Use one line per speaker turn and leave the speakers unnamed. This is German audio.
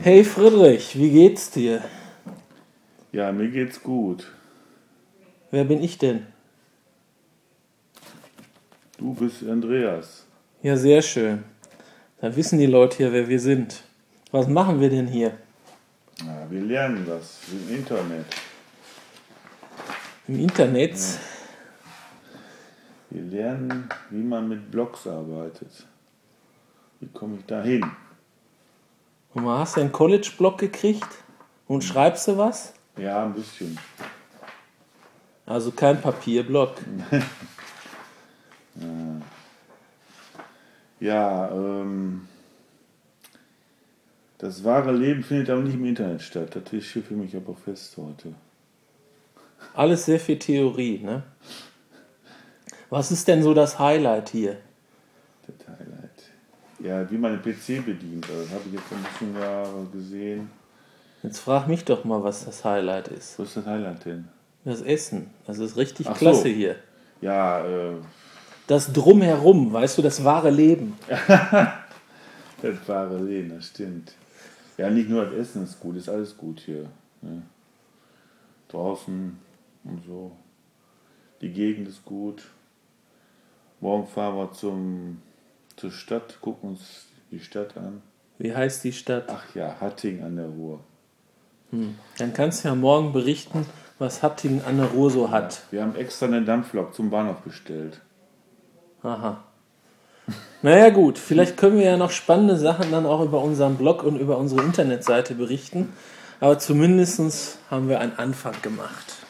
Hey Friedrich, wie geht's dir?
Ja, mir geht's gut.
Wer bin ich denn?
Du bist Andreas.
Ja, sehr schön. Dann wissen die Leute hier, wer wir sind. Was machen wir denn hier?
Ja, wir lernen das im Internet.
Im Internet?
Wir lernen, wie man mit Blogs arbeitet. Wie komme ich da hin?
Und mal hast du einen College-Blog gekriegt? Und schreibst du was?
Ja, ein bisschen.
Also kein Papierblock.
Ja, ähm, das wahre Leben findet aber nicht im Internet statt. Das ist hier für mich aber fest heute.
Alles sehr viel Theorie, ne? Was ist denn so das Highlight hier?
Das Highlight. Ja, wie man den PC bedient. Also, Das habe ich jetzt ein bisschen Jahre gesehen.
Jetzt frag mich doch mal, was das Highlight ist.
Wo ist das Highlight denn?
Das Essen. Das ist richtig
Ach so.
klasse hier.
Ja, äh,
Das Drumherum, weißt du, das wahre Leben.
das wahre Leben, das stimmt. Ja, nicht nur das Essen ist gut, ist alles gut hier. Ne? Draußen und so. Die Gegend ist gut. Morgen fahren wir zum, zur Stadt, gucken uns die Stadt an.
Wie heißt die Stadt?
Ach ja, Hatting an der Ruhr.
Dann kannst du ja morgen berichten, was Hattingen an der Ruhr so hat.
Wir haben extra eine Dampflok zum Bahnhof bestellt.
Aha. Naja gut, vielleicht können wir ja noch spannende Sachen dann auch über unseren Blog und über unsere Internetseite berichten. Aber zumindest haben wir einen Anfang gemacht.